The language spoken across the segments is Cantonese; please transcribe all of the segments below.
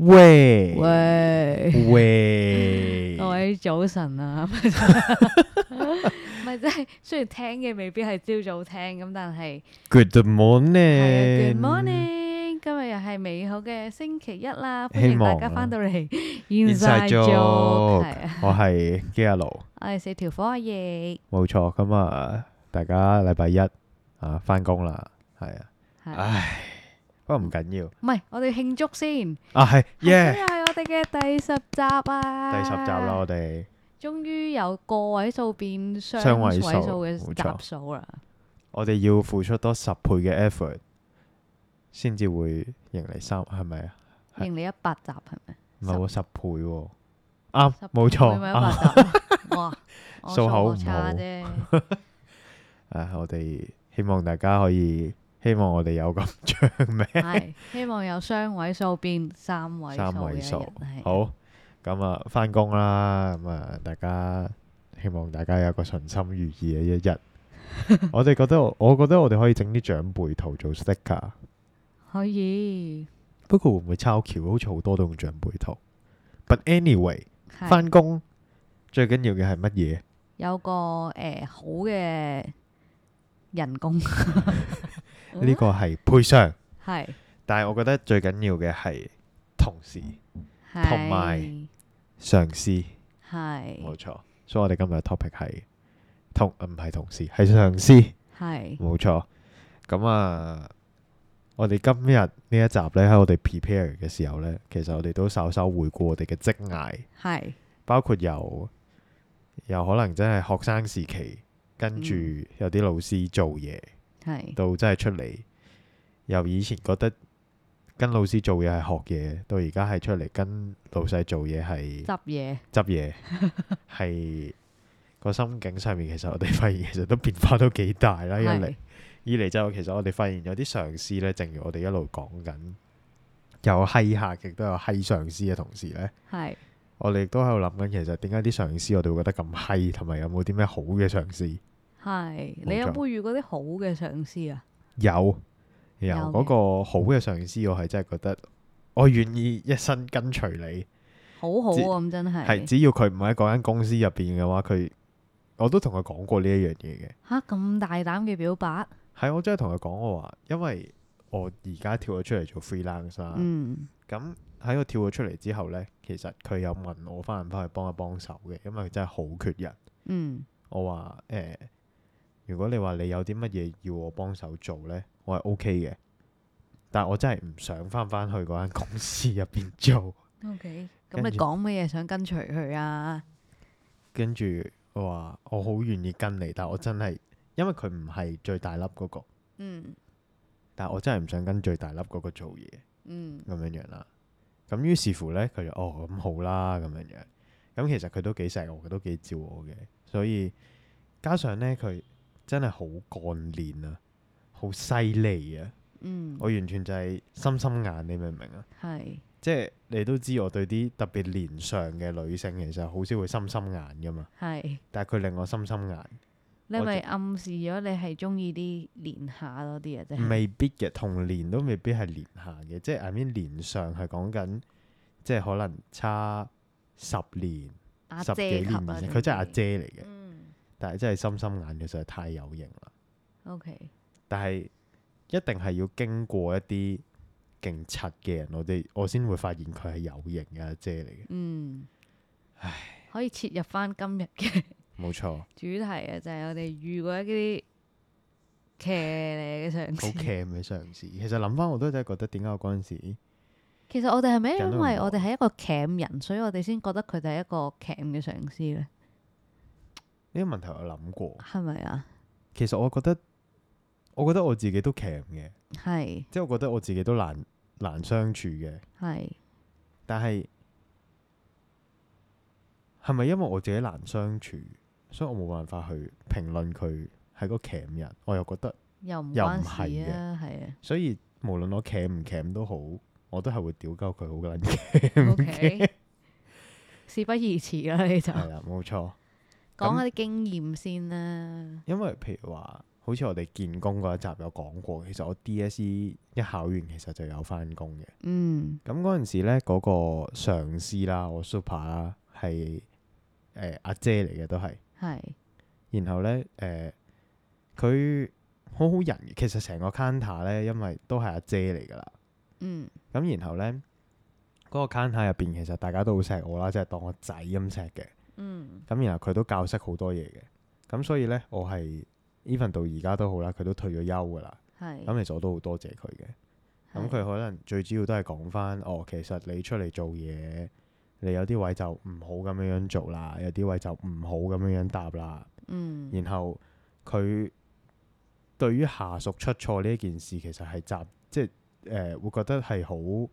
喂喂，喂，各位早晨啊， 咪真係雖然聽嘅未必係朝早聽咁，但係 Good 係啊 morning， Good morning，今日又係美好嘅星期一啦，歡希迎大家望翻到嚟 à. Inside Inside Joke，係啊，我係 g a l 我係四條火阿翼，冇錯，咁啊，大家禮拜一啊翻工啦，係啊，係唉，不過唔緊要唔係我哋慶祝先，啊，係今日 À, yeah，係我哋嘅第十集啊，第十集啦，我，哋終於由個位數變雙雙位位數數嘅冇錯集數啦，我哋要付出多十倍嘅 effort 先至會迎嚟三，係咪啊？係迎你一百集係咪？唔係喎，十倍喎，啱十，冇錯，會唔會一 啱百集？哇！我數口唔好學差啫，啊！我哋希望大家可以，希望我哋有 咁長命，係希望有雙位數變三位數三嘅位一數日係。好，咁啊，翻工啦，咁啊，大家希望大家有個順心如意嘅一日。 我哋覺得我，我覺得我哋可以整啲長輩圖做 sticker，可以不過會唔會抄橋？好似好多都用長輩圖。But anyway，係翻工最緊要嘅係乜嘢？有個誒好嘅人工 哦呢個係賠償，係但係我覺得最緊要嘅係同事、係同埋上司。冇係錯，所以我哋今日嘅 topic 係同唔係同事，係上司，係冇錯。咁啊，我哋今日呢一集呢，喺我哋 prepare 嘅時候呢，其實我哋都稍稍回顧我哋嘅職涯，係包括由由可能真係學生時期，跟住嗯有啲老師做嘢，係到真係出嚟，由以前覺得跟老師做嘢係學嘢，到而家係出嚟跟老細做嘢係。執嘢執 嘢，係個心境上面，其實我哋發現其實都變化都幾大啦。一嚟，係二嚟就其實我哋發現有啲上司呢，正如我哋一路講緊，有閪客亦都有閪上司嘅同時呢，係我哋亦都喺度諗緊，其實點解啲上司我哋會覺得咁閪，同埋有冇啲咩好嘅上司？係。冇你有錯冇遇過啲好嘅上司啊？有有有嘅嗰個好嘅上司，我係真係覺得我願意一生跟隨你。好好只啊咁真係係只要佢唔喺嗰間公司入邊嘅話，佢我都同佢講過呢一樣嘢嘅。嚇咁大膽嘅表白，係，我真係同佢講我話，因為我而家跳咗出嚟做 freelance 啦。嗯咁喺我跳咗出嚟之後呢，其實佢有問我翻唔翻去幫一幫手嘅，因為佢真係好缺人。嗯我話誒、呃如果你話你有啲乜嘢要我幫手做呢，我係 OK 嘅，但我真係唔想翻翻去嗰間公司入邊做。 ，OK。咁跟你住講乜嘢想跟隨佢啊？跟住我話我好願意跟你，但我真係因為佢唔係最大粒嗰、個，嗯但我真係唔想跟最大粒嗰個做嘢。嗯咁樣樣啦。咁於是乎呢，佢就哦咁好啦咁樣樣。咁其實佢都幾錫我，佢都幾照我嘅。所以加上呢，佢真係好幹練啊，好犀利啊！嗯，我完全就係心心眼，你明唔明啊？係即係你都知我對啲特別年上嘅女性其實好少會心心眼噶嘛，係。但係佢令我心心眼，你我咪就暗示咗你係中意啲年下多啲啊？即係未必嘅，同年都未必係年下嘅，即係 I mean 年上係講緊即係可能差十年。阿十姐幾級年啊，以定上，佢真係係阿。姐嚟嘅，嗯但係真係心心眼嘅實在太有型啦。 ，OK，但係一定係要經過一啲勁柒嘅人，我哋我先會發現佢係有型嘅阿姐嚟嘅。嗯，可以切入翻今日嘅 冇錯，主題啊，就係我哋遇過一啲騎呢嘅上好司。 cam 嘅上司。其實諗翻我都真係覺得點解我嗰陣時其實我哋係咪人都因唔為我同啊哋係一個鉗人，所以我哋先覺得佢哋係一個鉗嘅上司咧？呢個問題我諗過。係咪啊？其實我覺得我覺得我自己都 cam 嘅，係即係我覺得我自己都難難相處嘅。係但係係咪因為我自己難相處，所以我冇辦法去評論佢係個鉗人？我又覺得，又唔又唔關係事嘅啊，係啊。所以無論我鉗唔鉗都好，我都係會屌鳩佢好撚鉗嘅。O K，事不宜遲啦，你就係啦，冇錯。講下啲經驗先啦。因為譬如話，好似我哋建工嗰一集有講過，其實我 DSE 一考完其實就有翻工嘅。嗯咁嗰陣時咧，嗰、個上司啦，我 super 啦，係誒阿姐嚟嘅都係。係然後咧誒，佢、好好人嘅，其實成個 counter 咧，因為都係阿姐嚟㗎啦。嗯咁然後咧，嗰、個 counter 入邊其實大家都好錫我啦，即係當我仔咁錫嘅。嗯咁然後佢都教識好多嘢嘅。咁所以咧，我係 even 到而家都好啦，佢都退咗休㗎啦。係咁其實我都好多謝佢嘅。咁係佢可能最主要都係講翻，哦，其實你出嚟做嘢，你有啲位就唔好咁樣樣做啦，有啲位就唔好咁樣樣答啦。嗯然後佢對於下屬出錯呢一件事，其實係集即係誒、呃、會覺得係好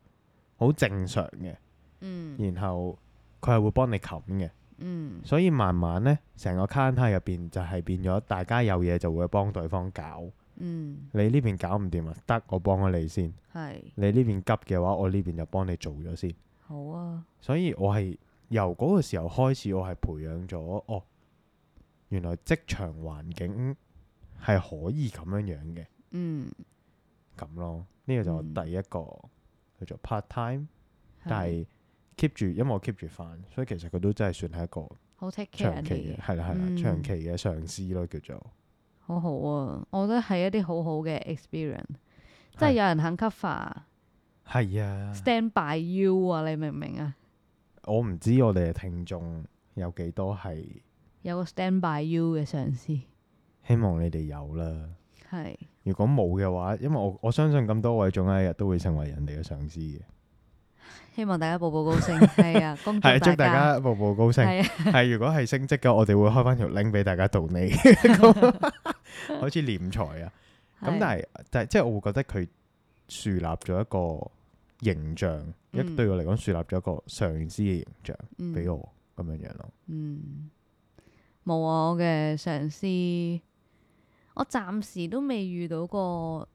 好正常嘅。嗯然後佢係會幫你冚嘅，嗯所以慢慢呢，成個 counter 入邊就係變咗大家有嘢就會幫對方搞。嗯你呢邊搞唔掂啊，得我幫咗你先。係你呢邊急嘅話，我呢邊就幫你做咗先。好啊所以我係由嗰個時候開始，我係培養咗哦，原來職場環境係可以咁樣樣嘅嗯咁咯。呢個就我嗯第一個叫做 part time，但係係 keep 住，因為我 keep 住翻，所以其實佢都真係算係一個好 take care 長人期哋嘅，係啦係嗯啦，長期嘅上司咯，叫做好好啊，我覺得係一啲好好嘅 experience，即係有人肯 cover 係啊。 stand by you 啊，你明唔明啊？我唔知我哋嘅聽眾有幾多係，有個 stand by you 嘅上司希望你哋有啦。係如果冇嘅話，因為我我相信咁多位總有一日都會成為人哋嘅上司嘅。希望大家步步高 升，係啊，恭係祝祝大家家步步高升。係啊，係如果係升職嘅，我哋會開翻條 link 俾大家讀你， 咁好似斂財啊。咁但係係但係即係我會覺得佢樹立咗一個形象，一、嗯對我嚟講樹立咗一個上司嘅形象嗯俾我咁樣樣咯。嗯，冇啊！我嘅上司，我暫時都未遇到過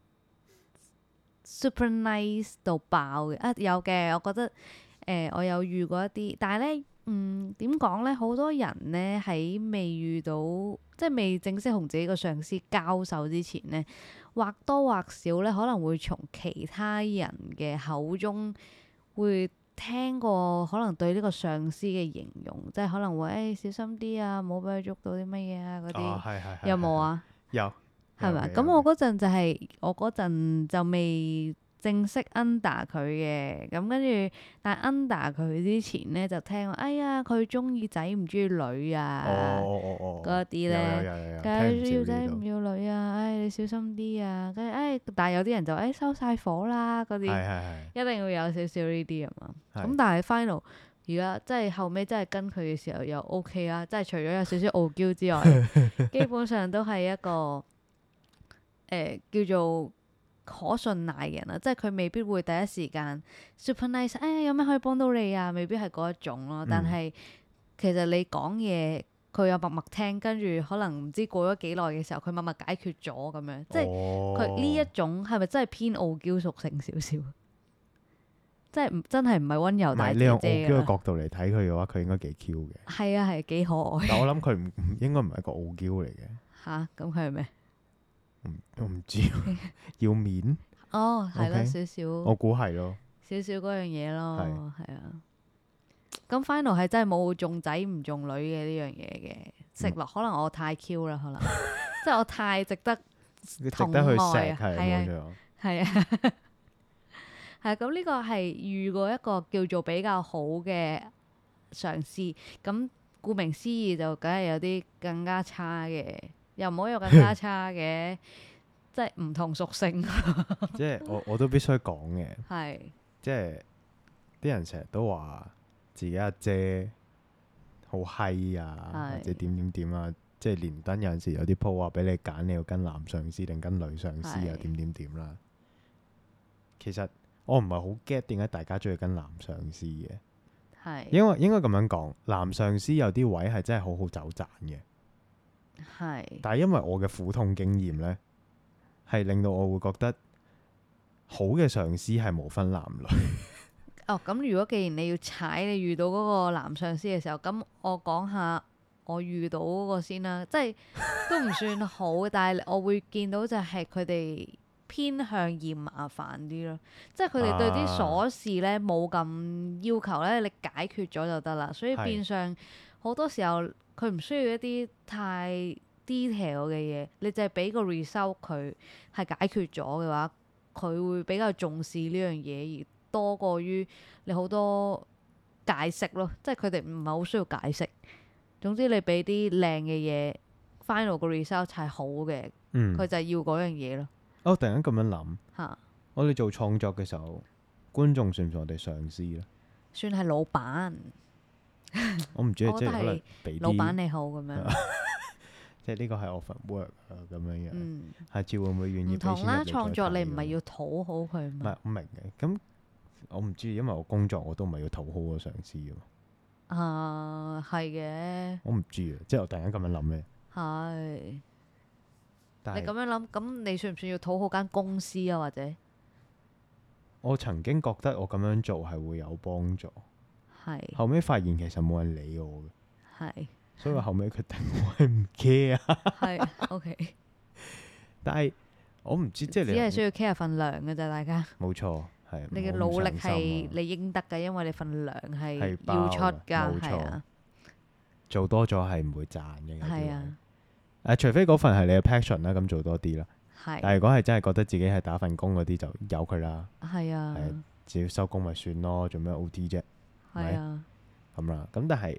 super nice 到爆嘅。啊，有嘅，我覺得誒、呃我有遇過一啲，但係咧，嗯，點講咧？好多人咧喺未遇到，即係未正式同自己個上司交手之前咧，或多或少咧，可能會從其他人嘅口中會。聽過可能對呢個上司嘅形容，即係可能會誒、哎小心啲啊，唔好俾佢捉到啲乜嘢啊嗰啲，係係有冇？啊？有係咪啊？咁我嗰陣就係、我嗰陣就未正式 under 佢嘅，咁跟住但係 under 佢之前咧就聽話，哎呀佢中意仔唔中意女啊。哦哦哦嗰啲呢有有有有梗係聽要唔少仔呢唔度要女啊！唉、你小心啲啊！跟住唉，但係有啲人就唉、收晒火啦嗰啲，係係係。一定會有少少呢啲啊嘛。係咁但係 final 而家即係後尾真係跟佢嘅時候又 OK 啦，即係除咗有少少傲嬌之外， 基本上都係一個誒、呃叫做可信賴嘅人啦，即係佢未必會第一時間 super nice，哎呀有咩可以幫到你啊？未必係嗰一種咯，但嗯係其實你講嘢。佢又默默聽，跟住可能唔知過咗幾耐嘅時候，佢默默解決咗咁樣，即係哦佢呢一種係咪真係偏傲嬌屬性少少？即係唔真係唔係温唔柔大係姐你用傲姐嬌㗎嘅啦角度嚟睇佢嘅話，佢應該幾 Q 嘅。係啊係幾可愛但我諗佢唔唔應該唔係一個傲嬌嚟嘅，嚇，咁佢係咩？我唔知 要面，哦，係啦，嗯 OK 少少我估係咯。少少嗰樣嘢咯，係係啊。咁 final 係真係冇中仔唔中女嘅呢樣嘢嘅，食落可能我太 Q 啦，可能即係我太值得值得去疼愛錫啊係係啊冇錯， 係啊，係咁呢個係遇過一個叫做比較好嘅上司，咁顧名思義就梗係有啲更加差嘅，又唔好有更加差嘅，即係唔同屬性即係我我都必須講嘅，係即係啲人成日都話自己阿姐好閪啊，係或者點點點啊，即係連登有陣時有啲 po 話俾你揀，你要跟男上司定跟女上司啊係，點點點啦。其實我唔係好 get 點解大家中意跟男上司嘅。係因為應該咁樣講，男上司有啲位係真係好好走賺嘅，係但係因為我嘅苦痛經驗呢，係令到我會覺得好嘅上司係無分男女，哦。咁如果既然你要踩，你遇到嗰個男上司嘅時候，咁我講下我遇到嗰個先啦，即係都唔算好，但係我會見到就係佢哋偏向嫌麻煩啲咯，即係佢哋對啲啊瑣事咧冇咁要求咧，你解決咗就得啦，所以係變相好多時候佢唔需要一啲太 detail 嘅嘢，你就係俾個 result 佢係解決咗嘅話，佢會比較重視呢樣嘢，而多過於你好多解釋咯，即係佢哋唔係好需要解釋。總之你俾啲靚嘅嘢，final 個 result 係好嘅，嗯佢，就係要嗰樣嘢咯我哦突然間咁樣諗，嚇，我哋做創作嘅時候，觀眾算唔算我哋上司咧？算係老闆，我唔知啊，我即係覺得可能哦係俾老闆啲，你好咁樣， 即係呢個係 offer work 啊咁樣樣。嗯，下次會唔會願意唔俾錢同啦，入嚟再創作你睇唔係咁要討好佢唔嘛係，我明嘅。咁我唔知，因為我工作我都唔係要討好我上司嘅嘛。啊，係嘅，我唔知啊，即係我突然間咁樣諗嘅。係。但你咁係樣諗，咁你算唔算要討好間公司啊？或者我曾經覺得我咁樣做係會有幫助，係後尾發現其實冇人理我嘅，係所以我後尾決定我係唔 care 啊。 係 OK，但係我唔知， 即係只你係需要 care 份糧嘅咋，大家冇錯，係你嘅唔好咁努力上心啊係你應得嘅，因為你份糧係係包要出嘅冇㗎，係錯啊做多咗係唔會賺嘅。有啲係位啊。誒，除非嗰份係你嘅 passion 啦，咁做多啲啦。但係係如果係真係覺得自己係打份工嗰啲，就由佢啦，係啊係只要收工咪算咯，做咩 OT 啫？咪係啊，咁啦，咁但係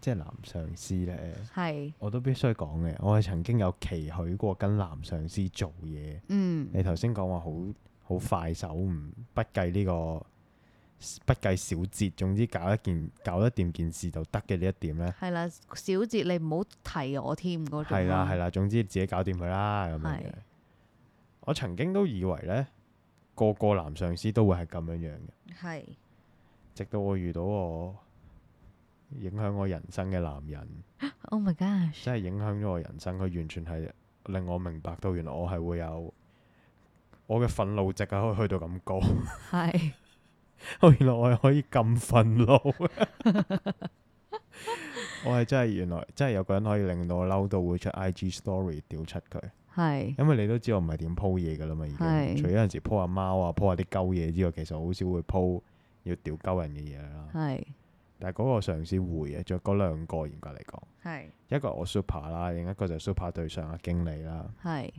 即係男上司咧，係我都必須講嘅，我係曾經有期許過跟男上司做嘢。嗯你頭先講話好好快手，唔不計呢、個不計小節，總之搞一件搞得掂件事就得嘅呢一點咧，係啦，小節你唔好提我添嗰種係啦係啦，啦，總之自己搞掂佢啦咁樣係嘅。我曾經都以為咧，個個男上司都會係咁樣樣嘅。係直到我遇到我影響我人生嘅男人， Oh my gosh，真係影響咗我人生。佢完全係令我明白到，原來我係會有我嘅憤怒值啊，可以去到咁高。係我 原來我係可以咁憤怒。 我係真係原來真係有個人可以令到我嬲到會出 IG story 屌出佢，係因為你都知我唔係點 po 嘢噶啦嘛，已經。係除咗有陣時 po 下貓啊，po 下啲鳩嘢之外，其實我好少會 po 要屌鳩人嘅嘢啦。係但係嗰個上司會嘅，仲有嗰兩個嚴格嚟講，係一個我 super 啦，另一個就 super 對上嘅經理啦。係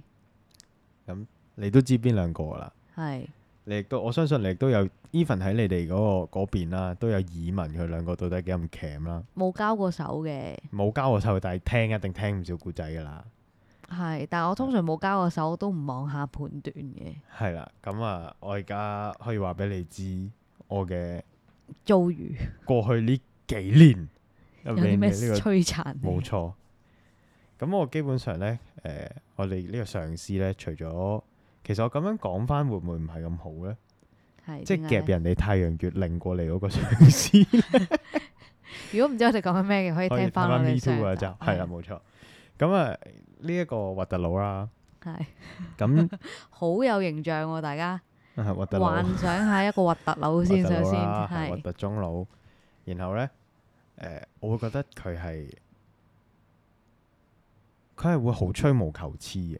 你都知邊兩個啦？係你亦都我相信你亦都有 even 喺你哋嗰、個嗰邊啦，都有耳聞佢兩個到底幾咁 cam 啦。冇交過手嘅。冇交我手，但係聽一定聽唔少故仔㗎啦。係，但係我通常冇交過手，我都唔望下判斷嘅。係啦，咁啊，我而家可以話俾你知，我嘅遭遇過去呢幾年入有面啲咩嘅呢個摧殘你？冇錯。咁我基本上呢，誒、我哋呢個上司呢，除咗其實我咁樣講翻，會唔會唔係咁好呢？係即點啊係解夾咧人哋太陽穴令過嚟嗰個上司， 如果唔知我哋講緊咩嘅，可以可以聽睇翻我翻 Me 哋 Too 上嗰集，集係啦，啊冇錯。咁啊，呢一個核突佬啦，係咁 好有形象喎，大家啊核突佬，幻想下一個核突佬先，核突首佬先啦係核係突中佬，啊然後呢，誒，我會覺得佢係佢係會好吹毛求疵嘅，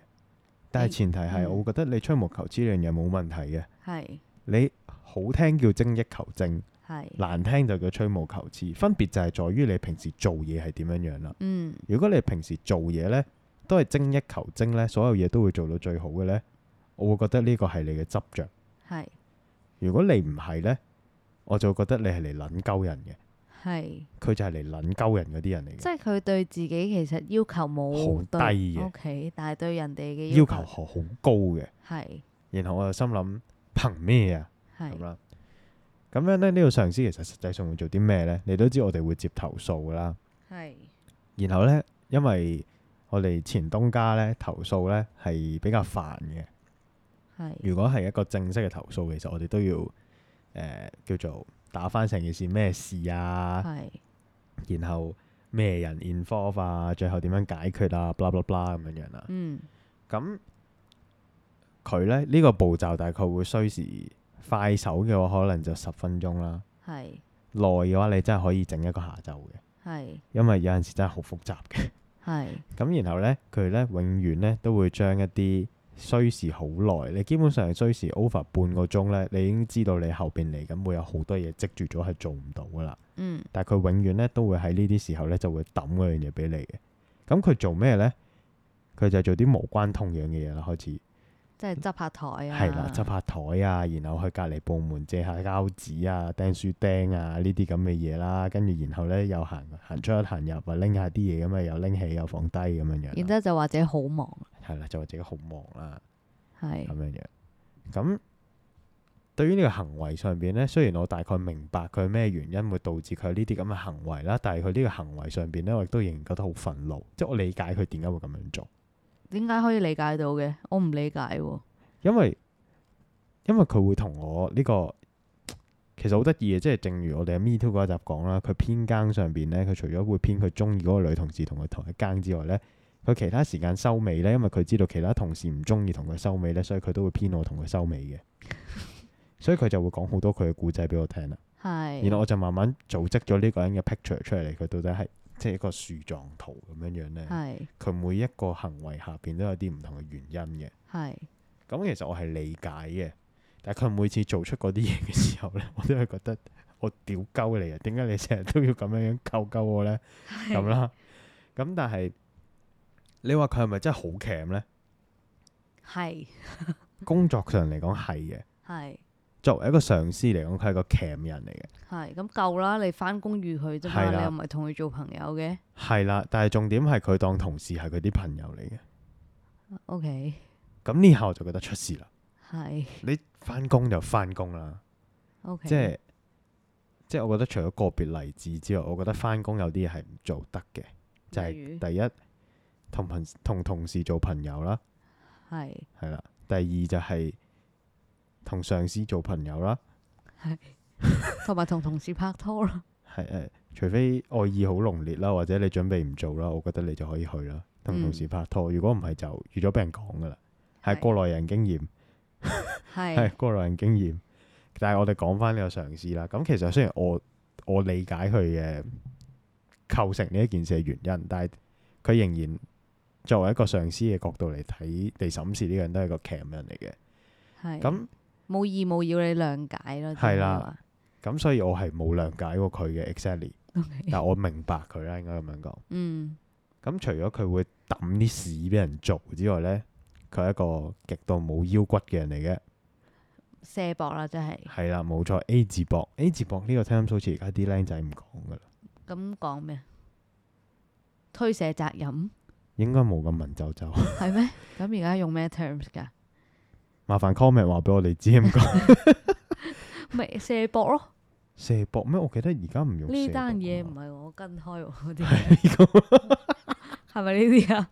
但係你前提係嗯我會覺得你吹毛求疵呢樣嘢冇問題嘅。係你好聽叫精益求精，係，難聽就叫吹毛求疵。分別就係在於你平時做嘢係點樣樣啦。嗯如果你平時做嘢呢，都係精益求精呢，所有嘢都會做到最好嘅呢，我會覺得呢個係你嘅執着。嗯係如果你唔係呢，我就會覺得你係嚟撚鳩人嘅，係，佢就係嚟撚鳩人嗰啲人嚟即係佢對自己其實要求好冇低對嘅 OK，但係對人哋嘅嘅，要求好好高嘅。係然後我就心諗憑咩啊咁係啦？咁樣呢，呢個上司其實實際上會做啲咩呢？你都知我哋會接投訴㗎啦。係然後呢，因為我哋前東家呢投訴呢係比較煩嘅。係如果係一個正式嘅投訴，其實我哋都要誒、呃叫做打翻成件事咩事啊，係然後咩人 involve 啊，最後點樣解決啊，blah blah blah 咁樣樣啦。嗯咁佢咧呢、呢個步驟大概會需時快手嘅話，可能就十分鐘啦。係耐嘅話，你真係可以整一個下晝嘅，係因為有陣時真係好複雜嘅。 係咁然後呢，佢呢永遠呢都會將一啲需時好耐，你基本上係需時 over 半個鐘呢，你已經知道你後邊嚟緊會有好多嘢積住咗係做唔到噶啦。嗯但係佢永遠呢都會喺呢啲時候呢就會抌嗰樣嘢俾你嘅。咁佢做咩呢？佢就係做啲無關痛癢嘅嘢啦，開始。即係執下台啊，嗯係啦，執下台啊，然後去隔離部門借下膠紙啊、釘書釘啊呢啲咁嘅嘢啦，跟住然後咧又行行出行入啊，拎下啲嘢咁啊，又拎起又放低咁樣然樣之啦，後就話自己好忙，啊係啦，就話自己好忙啦咁係樣樣。咁對於呢個行為上邊咧，雖然我大概明白佢咩原因會導致佢呢啲咁嘅行為啦，但係佢呢個行為上邊咧，我亦都仍然覺得好憤怒，即係我理解佢點解會咁樣做，點解可以理解到嘅？我唔理解喎，因為因為佢會同我呢、個其實好得意嘅，即係正如我哋喺 Me Too 嗰一集講啦，佢編更上邊咧，佢除咗會編佢中意嗰個女同事同佢同一更之外咧，佢其他時間收尾咧，因為佢知道其他同事唔中意同佢收尾咧，所以佢都會編我同佢收尾 嘅，所以佢就會講好多佢嘅故仔俾我聽啦。然後係我就慢慢組織咗呢個人嘅 picture 出嚟，佢到底係即係一個樹狀圖咁樣樣咧，係佢每一個行為下邊都有啲唔同嘅原因嘅。係咁其實我係理解嘅，但係佢每次做出嗰啲嘢嘅時候咧， 我都係覺得我屌鳩你啊！點解你成日都要咁樣樣救鳩我咧？咁啦，咁但係你話佢係咪真係好 cam 咧？係工作上嚟講係嘅，係作為一個上司嚟講，佢係個 cam 人嚟嘅，係咁夠啦！你翻工遇佢啫嘛，係你啦又唔係同佢做朋友嘅係啦。但係重點係佢當同事係佢啲朋友嚟嘅， ，OK 咁呢下我就覺得出事啦。係你翻工就翻工啦。 OK，即係即係，我覺得除咗個別例子之外，我覺得翻工有啲嘢係唔做得嘅，就係、例如第一同朋同同事做朋友啦，係係啦；第二就係同上司做朋友啦，係同埋同同事拍 拖啦，係誒、呃除非愛意好濃烈啦，或者你準備唔做啦，我覺得你就可以去啦，同同事拍拖。如果唔係就預咗俾人講噶啦，係嗯係過來人經驗。係係過來人經驗。但係我哋講翻呢個嘗試啦。咁其實雖然我我理解佢嘅構成呢一件事嘅原因，但係佢仍然作為一個上司嘅角度嚟睇嚟審視呢個人都係個 cam 人嚟嘅。係咁冇義冇要你諒解咯，係啦咁所以我係冇諒解過佢嘅 exactly，只可以話，OK，但我明白佢啦，應該咁樣講。嗯咁除咗佢會抌啲屎俾人做之外呢，佢係一個極度冇腰骨嘅人嚟嘅。卸膊啦，真係係啦，冇錯。A 字膊，A 字膊呢個 terms 好似而家啲僆仔唔講噶啦。咁講咩？推卸責 任應該冇咁文縐縐。 係咩？咁而家用咩 terms 㗎？麻煩 comment 話俾我哋知咁講咪卸膊咯， 射博咩？我記得而家唔用呢射單膊嘢㗎唔嘛係我跟開喎嗰啲，係咁係咪呢啲啊？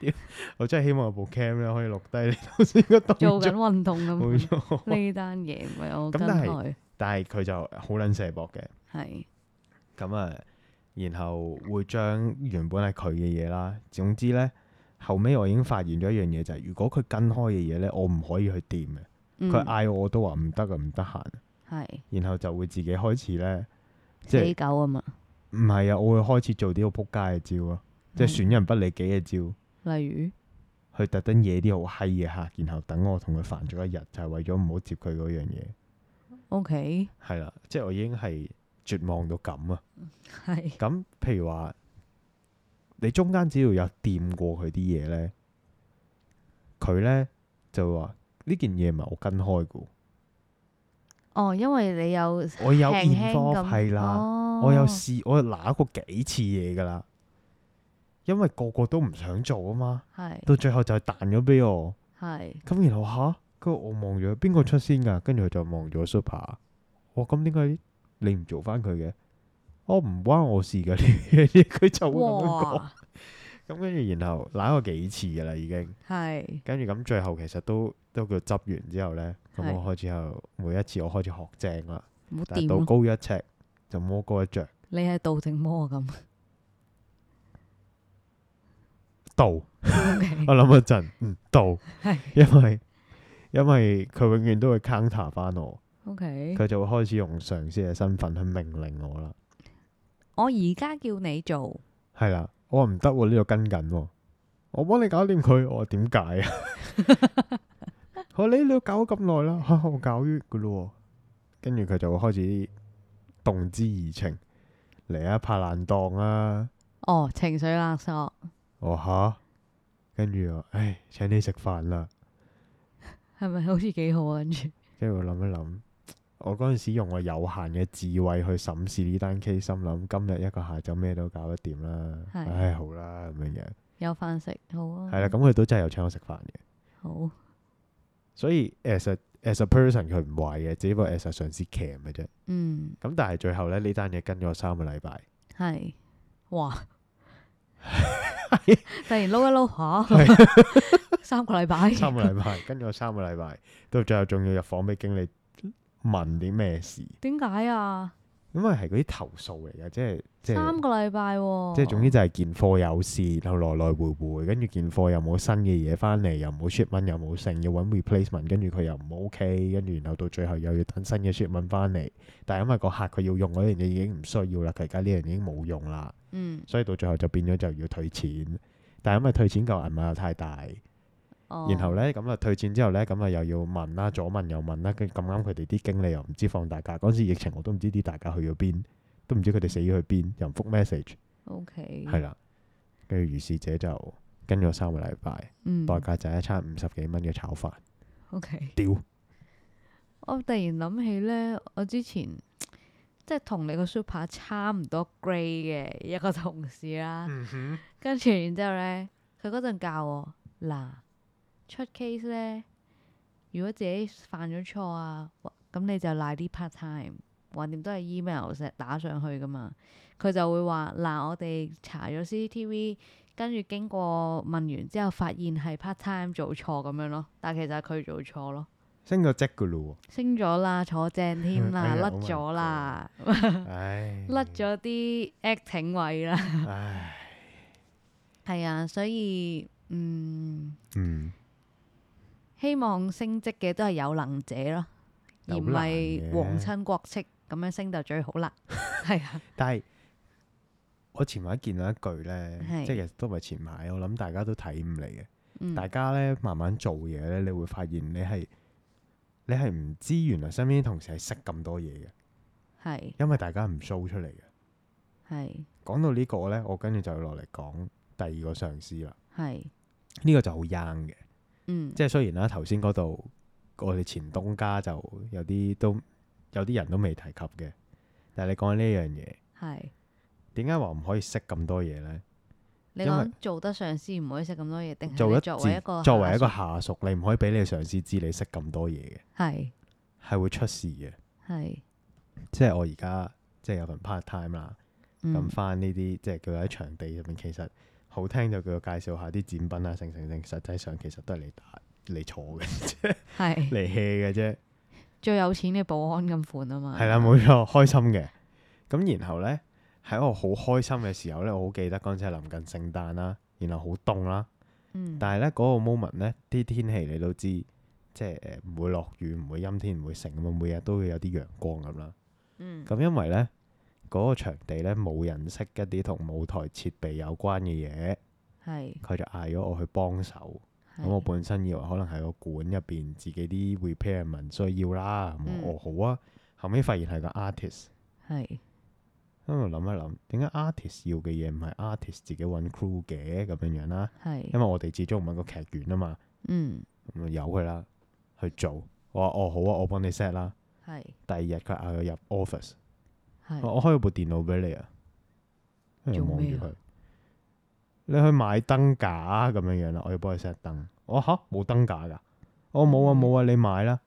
我真係希望有部 cam 咧可以錄低你頭先個動做緊作。運動冇咁，錯，呢單嘢唔係我咁跟但係開，但係佢就好撚射博嘅，係咁啊，然後會將原本係佢嘅嘢啦，總之咧後尾我已經發現咗一樣嘢就係、如果佢跟開嘅嘢咧，我唔可以去掂嘅。嗯佢嗌我我都話唔得啊，唔得閒，係然後就會自己開始咧，即係死狗啊嘛，唔係啊，我會開始做啲好撲街嘅招啊咯，即嗯係損人不利己嘅招。例如佢特登惹啲好閪嘅客，然後等我同佢煩咗一日，就係、為咗唔好接佢嗰樣嘢。 OK 係啦，即係我已經係絕望到咁啊！ 係咁譬如話，你中間只要有掂過佢啲嘢呢，佢呢就會話呢件嘢唔係我跟開嘅哦，因為你有喎，我有輕輕 involve 咁係啦，哦我有試，我有揦過幾次嘢㗎啦，因為個個都唔想做啊嘛，係到最後就係彈咗俾我。係咁然後吓，跟住我望咗邊個出先㗎，跟住佢就望咗 Super。哇！咁點解你唔做翻佢嘅？我唔關我事㗎呢 樣嘢，佢就會咁樣講。哇咁跟住然後揦過幾次㗎啦已經，係跟住咁最後其實都都叫執完之後呢，咁係啊我開始又每一次我開始學精啦，唔好但掂係到咯，高一尺就摸高一丈你係道正魔 咁度。 ，OK 我諗一陣，嗯，度 係，因為因為佢永遠都會 counter 翻我， O K，佢就會開始用上司嘅身份去命令我啦。我而家叫你做，係啦，我話唔得喎，呢度跟緊喎，我幫你搞掂佢。我話點解啊？我話你你搞咗咁耐啦， 嚇我搞完噶咯喎。跟住佢就會開始動之以情，嚟啊拍爛檔啊！哦，情緒勒索我話吓，跟住我唉請你食飯啦。係咪好似幾好啊？跟住跟住我諗一諗，我嗰陣時用我有限嘅智慧去審視呢單 case，心諗今日一個下晝咩都搞得掂啦，係唉好啦咁樣樣，有飯食，好啊，係啦，咁佢都真係有請我食飯嘅，好所以 as a as a person 佢唔壞嘅，只不過 as a 上司 cam 嘅啫。嗯咁但係最後咧呢單嘢跟咗我三個禮拜，係哇，突然撈一撈下， 三個禮拜， 三個禮拜 跟咗我三個禮拜，到最後仲要入房俾經理問啲咩事，點解啊？因為係嗰啲投訴嚟嘅，即係即係三個禮拜喎，即係總之就係件貨有事，然後來來回回，跟住件貨又冇新嘅嘢翻嚟，又冇 shipment，又冇剩，要揾 replacement，跟住佢又唔 OK，跟住然後到最後又要等新嘅 shipment 翻嚟，但係因為個客佢要用嗰樣嘢已經唔需要啦，佢而家呢樣已經冇用啦，嗯，所以到最後就變咗就要退錢，但係因為退錢嚿銀碼又太大，哦然後呢，咁啊退錢之後呢，咁啊又要問啦，左問右問啦，跟住咁啱佢哋啲經理又唔知放大假，嗰陣時疫情我都唔知啲大家去咗邊，都唔知佢哋死咗去邊，又唔覆 message。 OK 係啦，跟住如是者就跟咗三個禮拜，嗯代價就係一餐五十幾蚊嘅炒飯。 OK。屌，我突然諗起咧，我之前即係同你個 super 差唔多 grade 嘅一個同事啦，跟住然之後咧，佢嗰陣教我嗱出 case 咧，如果自己犯咗錯啊，或咁你就賴啲 part time，橫掂都係 email 成日打上去噶嘛，佢就會話嗱我哋查咗 CCTV。跟住經過問完之後，發現係 part time 做錯咁樣咯，但其實係佢做錯咯。升咗職噶咯升咗啦，坐正添啦， 哎呀甩 Oh my 咗啦，喎，唉，甩咗啲 acting 位啦，唉， 係啊，所以嗯，嗯，希望升職嘅都係有能者咯，而唔係有能皇嘅親國戚咁樣升就最好 啦，係啊，但係我前排見到一句呢，係即係其實都唔係前排，我諗大家都睇唔嚟嘅。嗯，大家呢，慢慢做嘢呢，你會發現你係你係唔知原來身邊啲同事係識咁多嘢嘅，係因為大家唔 show 出嚟嘅。係講到呢個呢，我跟住就要落嚟講第二個上司啦。係，呢、個就好 young 嘅。嗯，即係雖然啦，頭先嗰度我哋前東家就有啲都有啲人都未提及嘅，但係你講緊呢樣嘢，係點解話唔可以識咁多嘢呢？你因為講做得上司唔可以識咁多嘢，定係做你一作為一個作為一個下下屬，你唔可以俾你上司知你識咁多嘢嘅，屬係係會出事嘅。係即係我而家即係有份 part time 啦，咁嗯翻呢啲即係叫喺場地入面，其實好聽就叫做介紹下啲展品啊，成成成，實際上其實都係你打你坐嘅， 係你 hea 嘅啫。最有錢嘅保安咁款啊嘛，係啦，冇錯，開心嘅。咁然後呢，喺我好開心嘅時候呢，我好記得嗰陣時係臨近聖誕啦，然後好凍啦。嗯，但係呢嗰、個 moment 呢，啲天氣你都知，即係誒唔會落雨，唔會陰天，唔會成咁啊，每日都會有啲陽光咁啦。嗯咁因為呢嗰、個場地呢，冇人識一啲同舞台設備有關嘅嘢，係佢就嗌咗我去幫手。咁我係本身以為可能係個館入邊自己啲 repairman 需要啦，咁我、哦好啊。後尾發現係個 artist。係喺度諗一諗，點解 artist 要嘅嘢唔係 artist 自己揾 crew 嘅咁樣樣啦？因係為我哋始終唔係個劇院啊嘛，嗯咁咪由佢啦去做。我話哦好啊，我幫你 set 啦。係。第二日佢嗌我入 office，係我我開咗部電腦俾你啊，跟住做望住咩啊佢，你去買燈架啊咁樣樣啦，我要幫你 set 燈。我話吓冇燈架㗎，我冇啊嗯冇啊，你買啦。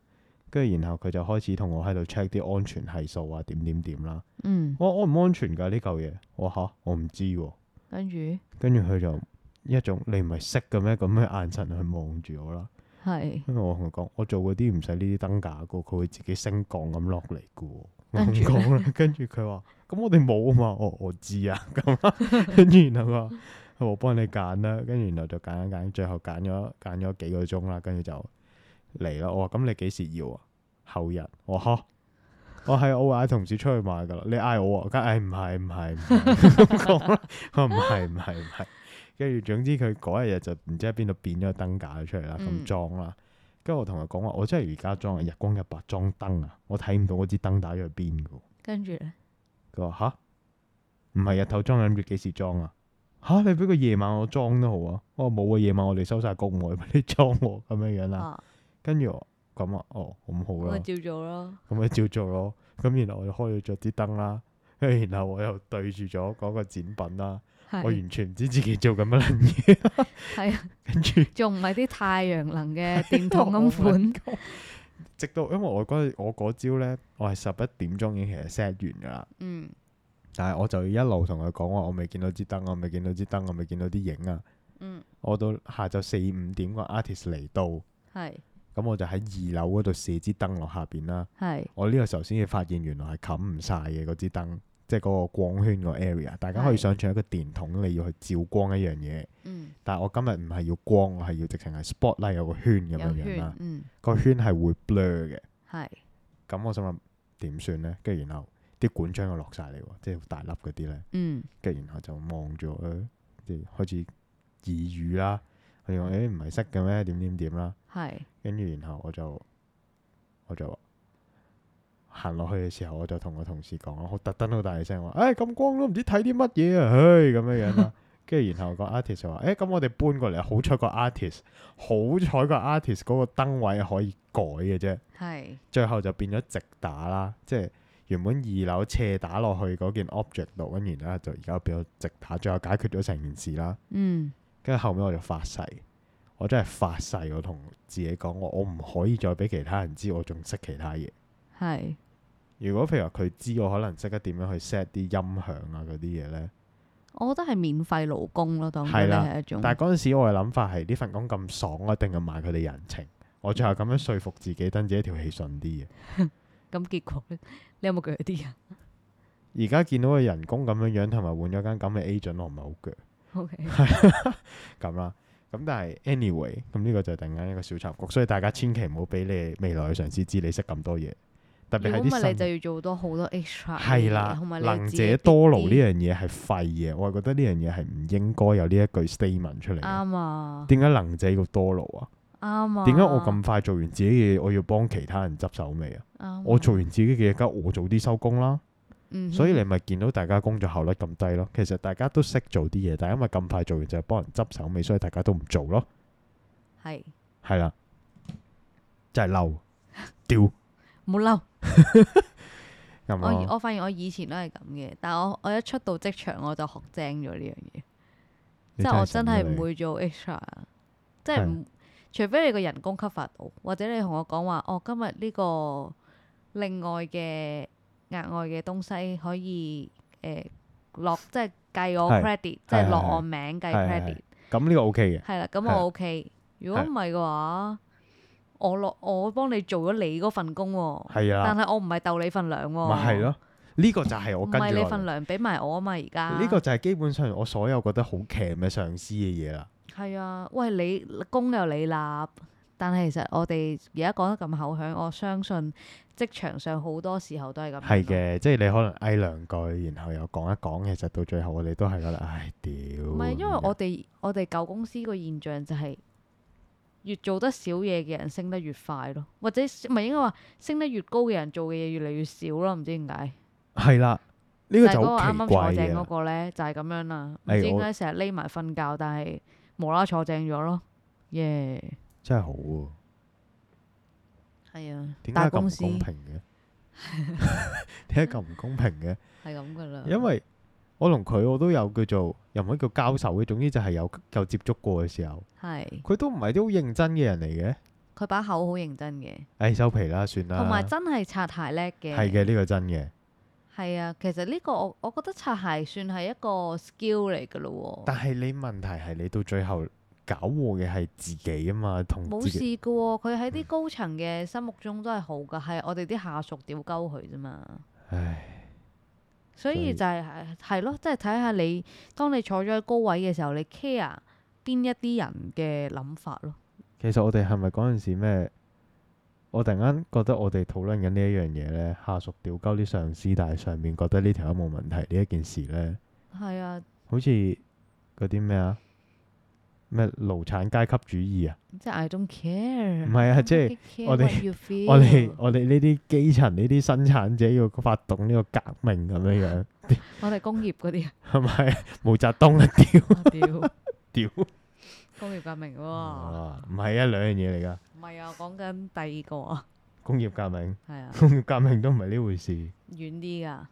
跟住然後佢就開始同我喺度 check 啲安全係數啊，點點點啦。嗯，我安唔安全㗎呢嚿嘢？我話吓我唔知喎。跟住跟住佢就一種你唔係識嘅咩咁嘅眼神去望住我啦。係因為我同佢講，我做嗰啲唔使呢啲燈架噶，佢會自己升降咁落嚟噶。我跟唔住呢講啦，跟住佢話：咁我哋冇啊嘛，我我知啊，咁啊跟住然後佢話：我幫你揀啦，跟住然後就揀一揀，最後揀咗揀咗幾個鐘啦，跟住就嚟啦。我話：咁你幾時要啊？後日，我呵，我係我嗌同事出去買噶啦，你嗌我啊，梗係唔係唔係唔係咁講啦，我話唔係唔係唔係，跟住總之佢嗰一日就唔知喺邊度變咗個燈架出嚟啦，嗯咁裝啦，跟住我同佢講話，我真係而家裝啊，日光日白裝燈啊，我睇唔到嗰支燈打咗去邊噶。跟住咧，佢話吓，唔係日頭裝，諗住幾時裝啊？吓，你俾個夜晚我裝都好啊！我話冇啊，夜晚我哋收晒工，我俾你裝喎咁樣樣啦。啊，跟住我咁啊，哦咁好咪啦，照做咯，咁咪照做咯。咁然後我就開咗咗啲燈啦，跟住然後我又對住咗嗰個展品啦，我係完全唔知自己做緊乜撚 嘢，係啊，跟住。仲唔係啲太陽能嘅 電筒咁 Oh 款，直到因為我嗰日我嗰朝咧，我係十一點鐘已經其實 set 完噶啦，嗯，但係我就一路同佢講話，我未見到支燈，我未見到支燈，我未見到啲影啊。嗯，我到下晝四五點個 artist 嚟到，咁係我就喺二樓嗰度射支燈落下邊啦。係我呢個時候先至發現原來係冚唔晒嘅嗰支燈，即係嗰個光圈個 area。大家可以係想象一個電筒你要去照光一樣嘢，嗯，但係我今日唔係要光，我係要直情係 spotlight 有個啊圈咁有樣樣圈啦，。嗯，個圈係會 blur 嘅，係咁我心諗點算呢？跟住然後啲管槍又落晒嚟喎，即係好大粒嗰啲呢。嗯跟住然後就望住佢，即係開始耳語啦。佢話：嗯誒唔係識嘅咩？點點點啦。係跟住然後我就我就行落去嘅時候，我就同我同事講啦，我特登好大聲話：，誒咁光都唔知睇啲乜嘢啊！唉咁樣樣啦。跟住然後個 artist 就話：，誒咁我哋搬過嚟，好彩個 artist，好彩個 artist 嗰個燈位可以改嘅啫。係最後就變咗直打啦，即係原本二樓斜打落去嗰件 object 度，跟住咧就而家變咗直打，最後解決咗成件事啦。嗯跟住後尾我就發誓，我真係發誓，我同自己講我我唔可以再俾其他人知我仲識其他嘢。係如果譬如話佢知我可能識得點樣去 set 啲音響啊嗰啲嘢呢。我覺得係免費勞工咯，當佢係哋啦係一種，但係嗰陣時我嘅諗法係呢份工咁爽，我一定要賣佢哋人情。我最後咁樣說服自己，等自己條氣順啲嘅。咁結果咧， 你有冇鋸啲啊人而家見到佢人工咁樣樣，同埋換咗間咁嘅 agent，我唔係好鋸。 ？OK，咁啦。咁但係 anyway，咁呢個就係突然間一個小插曲，所以大家千祈唔好俾你未來嘅上司知你識咁多嘢，特別如係果啲唔係你新就要做多好多 extra，係嘢啦同埋，你能自己者多勞呢樣啲嘢係廢嘅，我係覺得呢樣嘢係唔應該有呢一句 statement 出嚟嘅。啱啊，點解能者要多勞啊？啱啊，點解我咁快做完自己嘅嘢，我要幫其他人執手尾啊？啱啊我做完自己嘅嘢，梗係我早啲收工啦。嗯哼所以你咪見到大家工作效率咁低咯。其實大家都識做啲嘢，但係因為咁快做完就係幫人執手尾，所以大家都唔做咯。係係啦，真係嬲，屌冇嬲。咁我以咯。我發現我以前都係咁嘅，但我我一出到職場我就學精咗呢樣嘢，即你係我真神嘅係你唔會做 extra，即係唔除非你個人工 cover 到，或者你同我講話，哦今日呢個另外嘅額外嘅東西可以誒落，即係計我係 credit，即係係落係我名係計係 credit，咁呢個 OK 嘅，係啦，咁係我 OK。如果唔係嘅話，我落我幫你做咗你嗰份工喎，係啊但，係我唔係鬥你份糧喎，咪係咯。呢個就係我唔跟係住你落份嚟糧俾埋我啊嘛，而家呢個就係基本上我所有覺得好騎嘅上司嘅嘢啦。係啊，喂你工又你立，但係其實我哋而家講得咁口響，我相信職場上好多時候都係咁。係，嘅，即係你可能嗌兩句，然後又講一講，其實到最後我哋都係覺得，唉，屌。唔唔係因為我哋我哋舊公司個現象就係越做得少嘢嘅人升得越快咯，或者唔係應該話升得越高嘅人做嘅嘢越嚟越少咯，唔知點解。係啦，呢就個係就嗰個好奇啱啊啱怪坐正嘅嗰啦。個咧，就係咁樣啦。唔哎知點我解成日匿埋瞓覺，但係無啦啦坐正咗咯。耶，真係好喎，係啊，點解大咁公唔司公係平 嘅？點解咁唔公平嘅？咁噶啦。因為我同佢我都有叫做又唔可以叫交手嘅，總之就係有有接觸過嘅時候，係佢都唔係啲好認真嘅人嚟嘅。佢把口好認真嘅，唉，收皮啦，算啦。同埋真係擦鞋叻嘅。啊係嘅，呢個真嘅。係啊，其實呢個我我覺得擦鞋算係一個 skill 嚟㗎咯但喎。係你問題係你到最後搞禍嘅係自己啊嘛，同冇自事己㗎喎，佢喺啲高層嘅心目中都係好㗎，係我哋啲下屬屌鳩佢啫嘛。唉，所以所以就係係係咯，即係睇下你當你坐咗喺高位嘅時候，你 care 邊一啲人嘅諗法咯。其實我哋係咪嗰陣時咩我突然間覺得我哋討論緊呢一樣嘢咧，下屬屌鳩啲上司，但係上面覺得呢條友冇問題呢一件事咧，係啊，好似嗰啲咩啊咩勞產階級主義啊，即係 I don't care。唔係啊即係我哋哋我哋我哋呢啲基層呢啲生產者要發動呢個革命咁樣樣，我哋工業嗰 啲啊係咪毛澤東啊屌我屌屌！工業革命喎，哇唔係啊，兩樣嘢嚟噶，唔係啊，講緊第二個啊，工業革命、 係啊，工業革命都唔係呢回事。遠啲噶，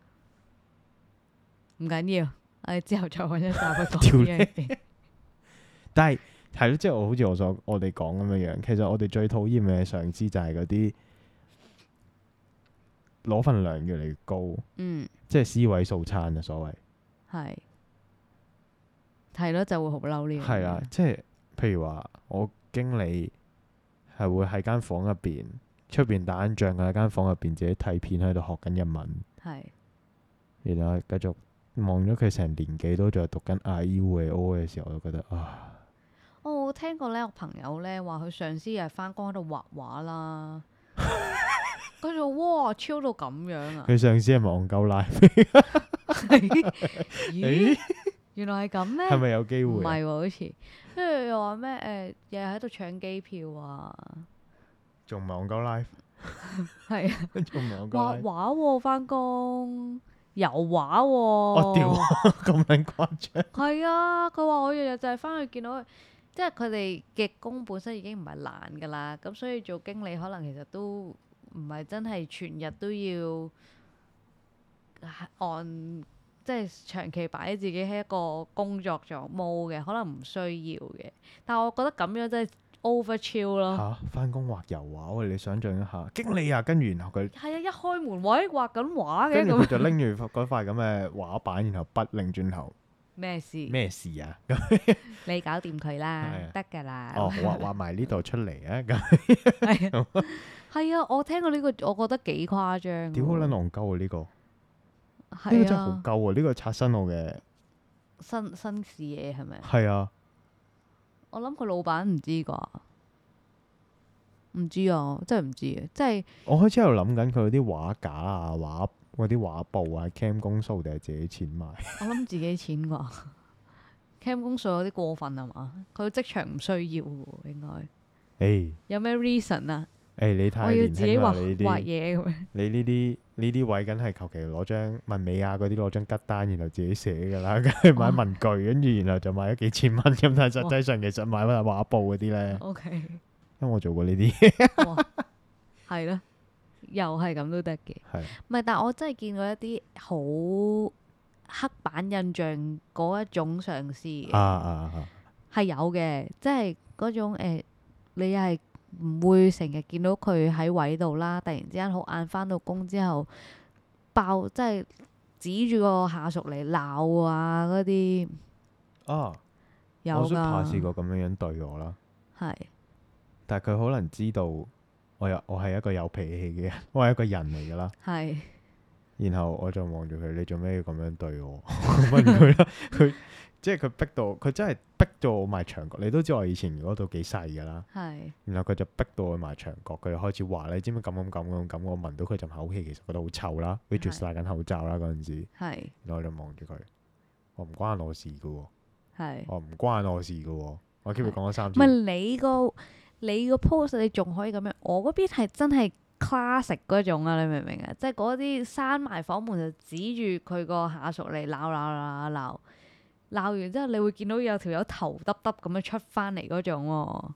唔緊要，我哋之後再揾一集去 屌講呢樣嘢。但係係咯，即係我好似我所我哋講咁樣樣，其實我哋最討厭嘅上司就係嗰啲攞份糧越嚟越高，嗯，即係 C 位數餐啊，所謂係係咯，就會好嬲呢樣嘢。係啊啦，即係譬如話我經理係會喺間房入邊出邊打緊仗嘅，喺間房入邊自己睇片喺度學緊日文，係然後繼續望咗佢成年幾都仲係讀緊 I U A O 嘅時候，我就覺得啊，哦我聽過咧，我朋友咧話佢上司又係翻工喺度畫 畫啦，跟住哇超到咁樣 啊！佢上司係咪戇鳩拉？咦，原來係咁咩？係咪有機唔會啊？係喎，好似跟住又話咩誒，又喺度搶機票啊，仲唔係戇鳩拉？係啊， 仲唔係戇鳩拉畫？畫喎翻工，油畫喎，我我哦屌，咁撚誇張，係啊，佢話我日日就係翻去見到佢，即係佢哋嘅工本身已經唔係難㗎啦，咁所以做經理可能其實都唔係真係全日都要呃按即係長期擺自己喺一個工作狀冇嘅，可能唔需要嘅。但係我覺得咁樣真係 over chill 咯。嚇翻工畫油畫喂，你想象一下，經理啊，跟住然後佢，係啊，一開門喂畫緊畫嘅跟住佢咁就拎住嗰塊咁嘅畫板，然後筆擰轉頭，咩事？咩事啊？咁你搞掂佢啦係啊，得㗎啦。哦，畫畫埋呢度出嚟啊！咁嗯係啊， 係啊，我聽過呢個，我覺得幾誇張。屌好撚戇鳩啊！呢個呢個係真係好啊，鳩啊！呢個刷新我嘅新新視野係咪？係啊，我諗佢老闆唔知啩，唔知啊，真係唔知啊，即係我開始喺度諗緊佢嗰啲畫架啊、畫嗰啲畫布啊、cam 公數定係自己錢買？ 我諗自己錢啩。cam 公數有啲過分啊嘛，佢職場唔需要喎，應該誒有咩 reason 啊？誒，哎你我太要年自己輕啦！畫你呢畫啲嘢咁 樣，你呢啲呢啲位，梗係求其攞張文美啊嗰啲攞張吉單，然後自己寫㗎哦啦， 跟住買文具，跟住然後就買咗幾千蚊咁，但係實際上其實買翻畫布嗰啲咧，哦 OK，因為我做過呢啲，哇，係咯，又係咁都得嘅。係唔 係，但我真係見過一啲好黑板印象嗰一種上司嘅 啊啊啊，係有嘅，即係嗰種、呃、你係唔會成日見到佢喺位度啦，突然之間好晏翻到工之後爆，即係指住個下屬嚟鬧啊嗰啲啊啊有我 super 試㗎，過咁樣樣對我啦，係但係佢可能知道我有我係一個有脾氣嘅人， 我係一個人嚟㗎啦。係然後我就望住佢，你做咩要咁樣對我？ 我問佢啦，佢即係佢逼到，佢真係逼到我埋牆角。你都知我以前嗰度幾細㗎啦。係然後佢就逼到我埋牆角，佢就開始話你知唔知咁咁咁咁咁，我聞到佢陣口氣，其實覺得好臭啦，佢住戴緊口罩啦嗰陣時，係然後我就望住佢，我唔關我事嘅喎，係，我唔關我事嘅喎，我 keep 住講咗三唔次，係你個你個 post 你仲可以咁樣，我嗰邊係真係 classic 嗰種啊，你明唔明啊？即係嗰啲閂埋房門就指住佢個下屬嚟鬧鬧鬧鬧鬧完之後，你會見到有條友頭耷耷咁樣出翻嚟嗰種喎，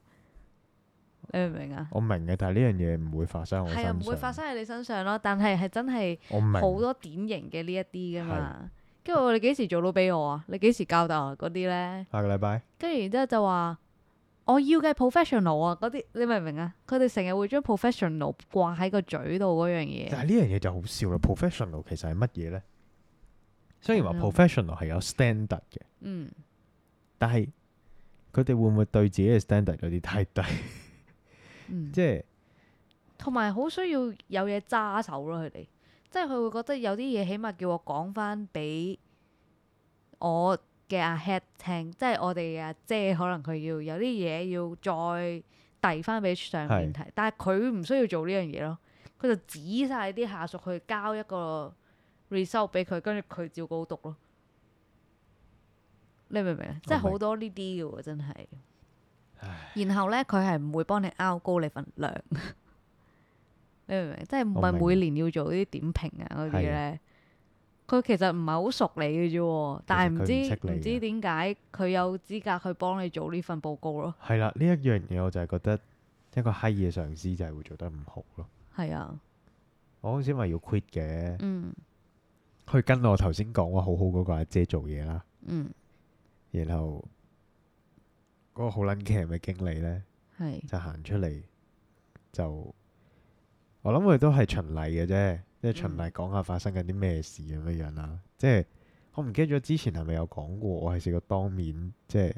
你明唔明啊？我明嘅，但係呢樣嘢唔會發生喺我身係啊，上，唔會發生喺你身上咯，但係係真係我好明，多典型嘅呢一啲噶嘛。跟住我話你幾時做到俾我啊？你幾時交代啊？嗰啲咧。下個禮拜跟住然之後就話我要嘅 professional 啊，嗰啲你明唔明啊？佢哋成日會將 professional 掛喺個嘴度嗰樣嘢，但係呢樣嘢就好笑啦，professional 其實係乜嘢呢？雖然話嗯 professional 係有 standard 嘅，嗯，但係佢哋會唔會對自己嘅 standard 有啲太低？ 嗯即係同埋好需要有嘢揸手咯，佢哋即係佢會覺得有啲嘢起碼叫我講翻俾我嘅阿 head 聽，即係我哋嘅阿姐可能佢要有啲嘢要再遞翻俾上係面睇，但係佢唔需要做呢樣嘢咯，佢就指晒啲下屬去交一個 result 俾佢，跟住佢照稿讀咯。你明唔明啊？即明係好多呢啲嘅喎，真係。然後咧，佢係唔會幫你 out 高你份量， 你明唔明？即係唔我係明每年要做呢啲點評啊嗰啲係啊咧？佢其實唔係好熟你嘅啫喎，但係唔佢唔識知你唔知嘅點解佢有資格去幫你做呢份報告咯。係啦，呢一樣嘢我就係覺得一個閪嘅上司就係會做得唔好咯。係啊，我嗰時咪要 quit 嘅，嗯去跟我頭先講話好好嗰個阿姐做嘢啦，嗯，然後嗰個好撚騎嘅經理呢，係就行出嚟就，我諗佢都係循例嘅啫，即係循例講下發生緊啲咩事咁樣樣啦。即係我唔記得咗之前係咪有講過，我係試過當面即係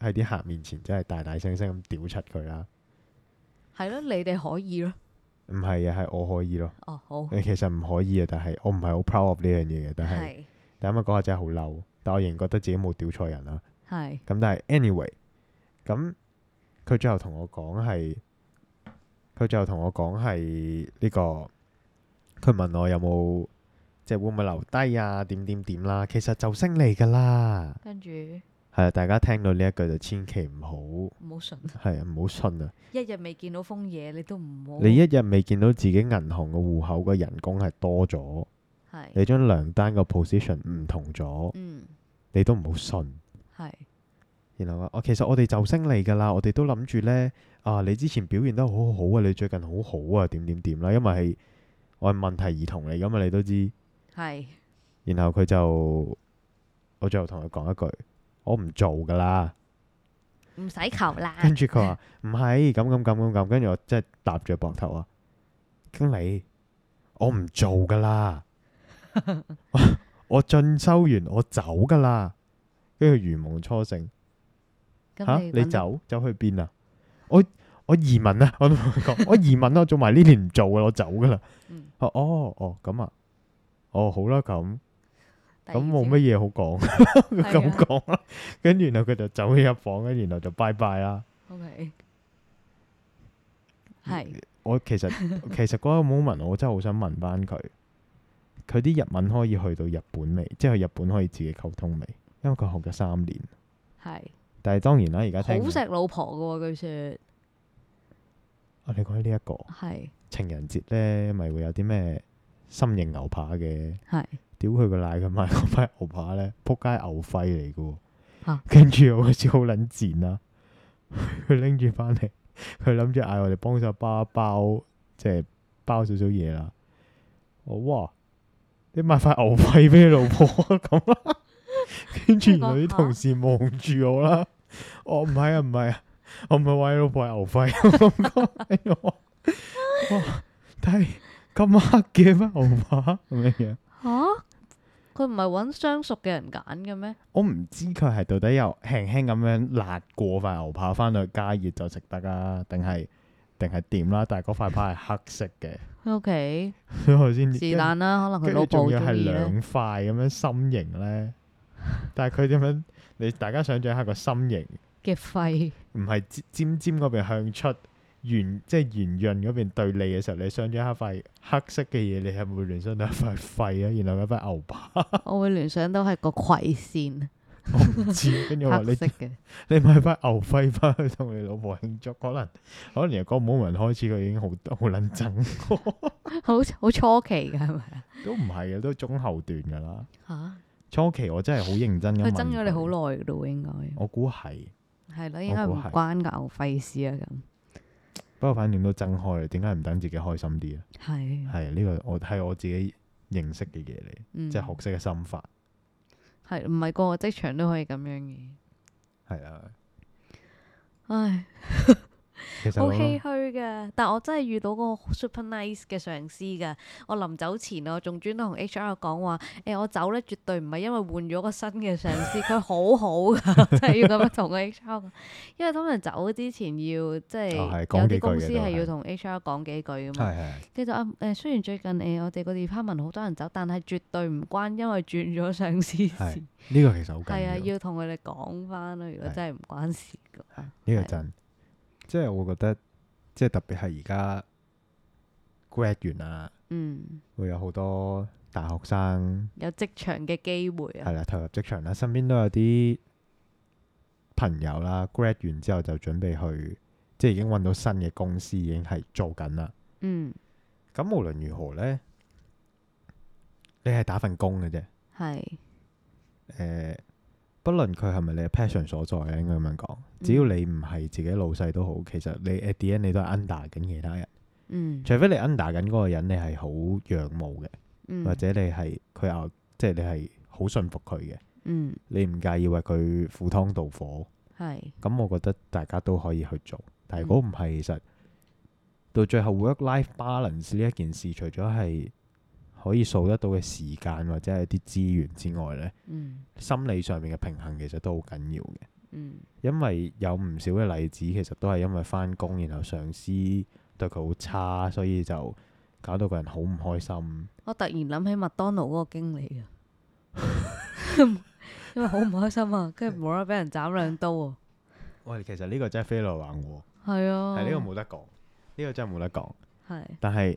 喺啲客面前真係大大聲聲咁屌柒佢啦。係咯，你哋可以咯。唔係啊，係我可以咯。哦，好，誒其實唔可以啊，但係我唔係好 proud of 呢樣嘢嘅，但係係但啱啱嗰下真係好嬲，但我仍然覺得自己冇屌錯人啦。啊係咁但係 anyway，咁佢最後同我講係，佢最後同我講係呢個，佢問我有冇即係會唔會留低啊？點點點啦，其實就升你㗎啦，跟住係啊！大家聽到呢一句就千祈唔唔好信，好係啊，唔好信啊！一日未見到封嘢，你都唔好。你一日未見到自己銀行嘅戶口嘅人工係多咗，係你張糧單個 position 唔同咗，嗯你都唔好信。係然後話：哦，其實我哋就升你㗎啦，我哋都諗住呢，啊，你之前表現得好好啊，你最近好好啊，點點點啦，因為係我係問題兒童嚟㗎嘛，你都知。係然後佢就我最後同佢講一句：我唔做㗎啦。唔使求啦。跟住佢話唔係咁咁咁咁咁，跟住我即係搭住膊頭話：經理，我唔做㗎 啦，我我進修完我走㗎啦。跟住如夢初醒。吓咁你搵到走走去邊啊？我我移民啊！ 我同佢講，我移民啦，我做埋呢年唔做噶啦，我走噶啦。嗯哦哦哦，咁啊，哦好啦，咁第二咁冇招乜嘢好 講，佢係咁啊講啦。跟住然後佢就走咗入房，跟住然後就拜拜啦。 OK，係嗯我其實 其實嗰個 moment 我真係好想問翻佢，佢啲日文可以去到日本未？即係去日本可以自己溝通未？因為佢學咗三年，係但係當然啦，而家聽好緊錫老婆嘅喎，據啊，你講起呢一個。說係情人節咧，咪會有啲咩心形牛扒嘅？係屌佢個奶，佢買嗰塊牛扒咧，仆街牛肺嚟嘅喎嚇。跟住我嗰時好撚賤啦，佢 拎住翻嚟，佢諗住嗌我哋幫手包一包，即係包少少嘢啦。我哇！你買塊牛肺俾你老婆啊 咁啦，跟住你原講來啲嚇同事望住我啦。我唔係啊，唔係啊，我唔係話你老婆係牛肺，我 咁講跟住我話哇！但係咁黑嘅咩牛扒咁樣樣？吓，佢唔係揾相熟嘅人揀嘅咩？我唔知佢係到底有輕輕咁樣辣過塊牛扒翻去加熱就食得啊，定係定係點啦？但係嗰塊扒係黑色嘅， OK，所以我先是但啦，可能佢跟住老仲婆要係中意啊咧。兩塊咁樣心形咧。但係佢點樣？你大家想象下個心形，嘅肺唔係尖尖尖嗰邊向出，圓即係圓潤嗰邊對你嘅時候，你想象一塊黑色嘅嘢，你係咪會聯想到一塊肺啊？然後一塊牛扒，我會聯想到係個葵扇我唔知。跟住 我話黑你色嘅，你買翻牛肺翻去同你老婆慶祝，可能可能由嗰 moment 開始，佢已經好好撚 憎，好好初期嘅係咪啊？都唔係嘅，都中後段噶啦。嚇，初期我真係好認真咁。佢憎咗你好，耐嘅咯喎，應該我估係，係咯，應該我唔估係關牛肺事啊咁。不過反正都憎開啦，點解唔等自己開心啲啊？係，係呢、個我係我自己認識嘅嘢嚟，嗯，即係學識嘅心法。係唔係個個職場都可以咁樣嘅？係啊，唉。其實好啊我唏噓噶，但我真係遇到個 super nice 嘅上司噶。我臨走前啊我仲專登同 HR 講話，誒、我走咧絕對唔係因為換咗個新嘅上司，佢好好噶， 真係要咁樣同個 HR 講。因為通常走之前要即係、哦係有講幾啲句公嘅司都係要係同 HR 講幾句噶嘛。係係跟住就啊誒，雖然最近誒、我哋個 department 好多人走，但係絕對唔關因為轉咗上司係事。呢個其實好緊係啊，要，要同佢哋講翻咯。如果係真係唔關事嘅話，呢個真。即係我覺得，即係特別係而家 grad 完啊，嗯，會有好多大學生有職場嘅機會啊係，啦投入職場啦，身邊都有啲朋友啦，grad 完之後就準備去，即係已經揾到新嘅公司，已經係做緊啦。嗯，咁無論如何呢，你係打份工嘅啫。係，誒、不論佢係咪你嘅 passion 所在啊嘅，應該咁樣講。嗯只要你唔係自己老細都好，其實你 at the end 你都係 under 緊其他人，嗯，除非你 under 緊嗰個人你係好仰慕嘅，嗯或，者你係佢又即係你係好信服佢嘅，嗯，你唔介意為佢赴湯蹈火，係，咁我覺得大家都可以去做。但係如果唔係，其實到最後 work-life balance 呢一件事，除咗係可以數得到嘅時間或者係啲資源之外呢，嗯，心理上面嘅平衡其實都好緊要嘅。嗯，因為有唔少嘅例子，其實都係因為翻工，然後上司對佢好差，所以就搞到個人好唔開心。我突然諗起麥當勞嗰個經理啊， 因為好唔開心啊，跟住無啦啦俾人斬兩刀啊，喂，其實呢個真係飛來橫禍，係啊，係呢、個冇得講，呢、個真係冇得講。係但係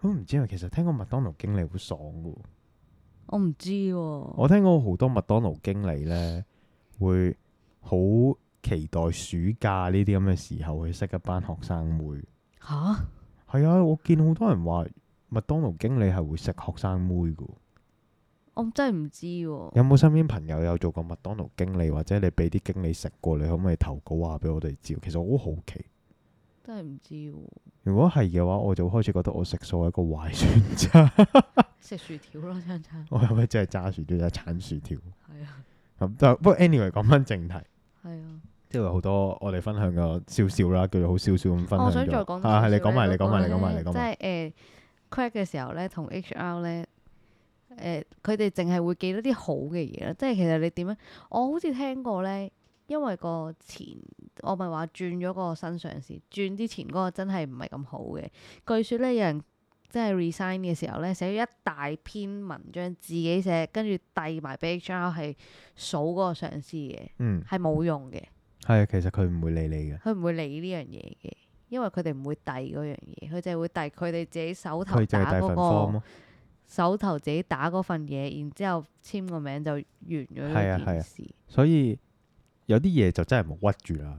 我唔知啊，其實聽過麥當勞經理好爽嘅喎，我唔知喎，我聽過好多麥當勞經理呢，會好期待暑假呢啲咁嘅時候去識一班學生妹。吓係啊，我見好多人話麥當勞經理係會食學生妹嘅喎。我真係唔知喎，有冇身邊朋友有做過麥當勞經理，或者你俾啲經理食過，你可唔可以投稿話俾我哋知？其實我好好奇，真係唔知喎，如果係嘅話，我就開始覺得我食素係一個壞選擇。 食薯條咯，餐餐我係咪真係炸薯條定係鏟薯條？係啊，咁但不過 anyway 講翻正題，係啊。即係好多我哋分享咗少少啦，叫做好少少咁分享咗。我哦想再講多啊，係你少少講埋，你咧講埋，你講埋，嗰你個講埋。咧即係誒 crack 嘅時候咧，同 HR 咧，誒佢哋淨係會記得啲好嘅嘢啦。即係其實你點樣，我好似聽過咧，因為個前我咪話轉咗個新上司，轉之前嗰個真係唔係咁好嘅。據說咧，有人即係 resign 嘅時候咧，寫咗一大篇文章自己寫，跟住遞埋俾 HR 係數嗰個上司嘅，嗯，係冇用嘅。係啊，其實佢唔會理你嘅，佢唔會理呢樣嘢嘅，因為佢哋唔會遞嗰樣嘢，佢就係會遞佢哋自己手頭佢就係打大份嗰、方個咯。手頭自己打嗰份嘢，然之後簽個名就完咗係啊呢係啊件事。所以有啲嘢就真係冇屈住啦。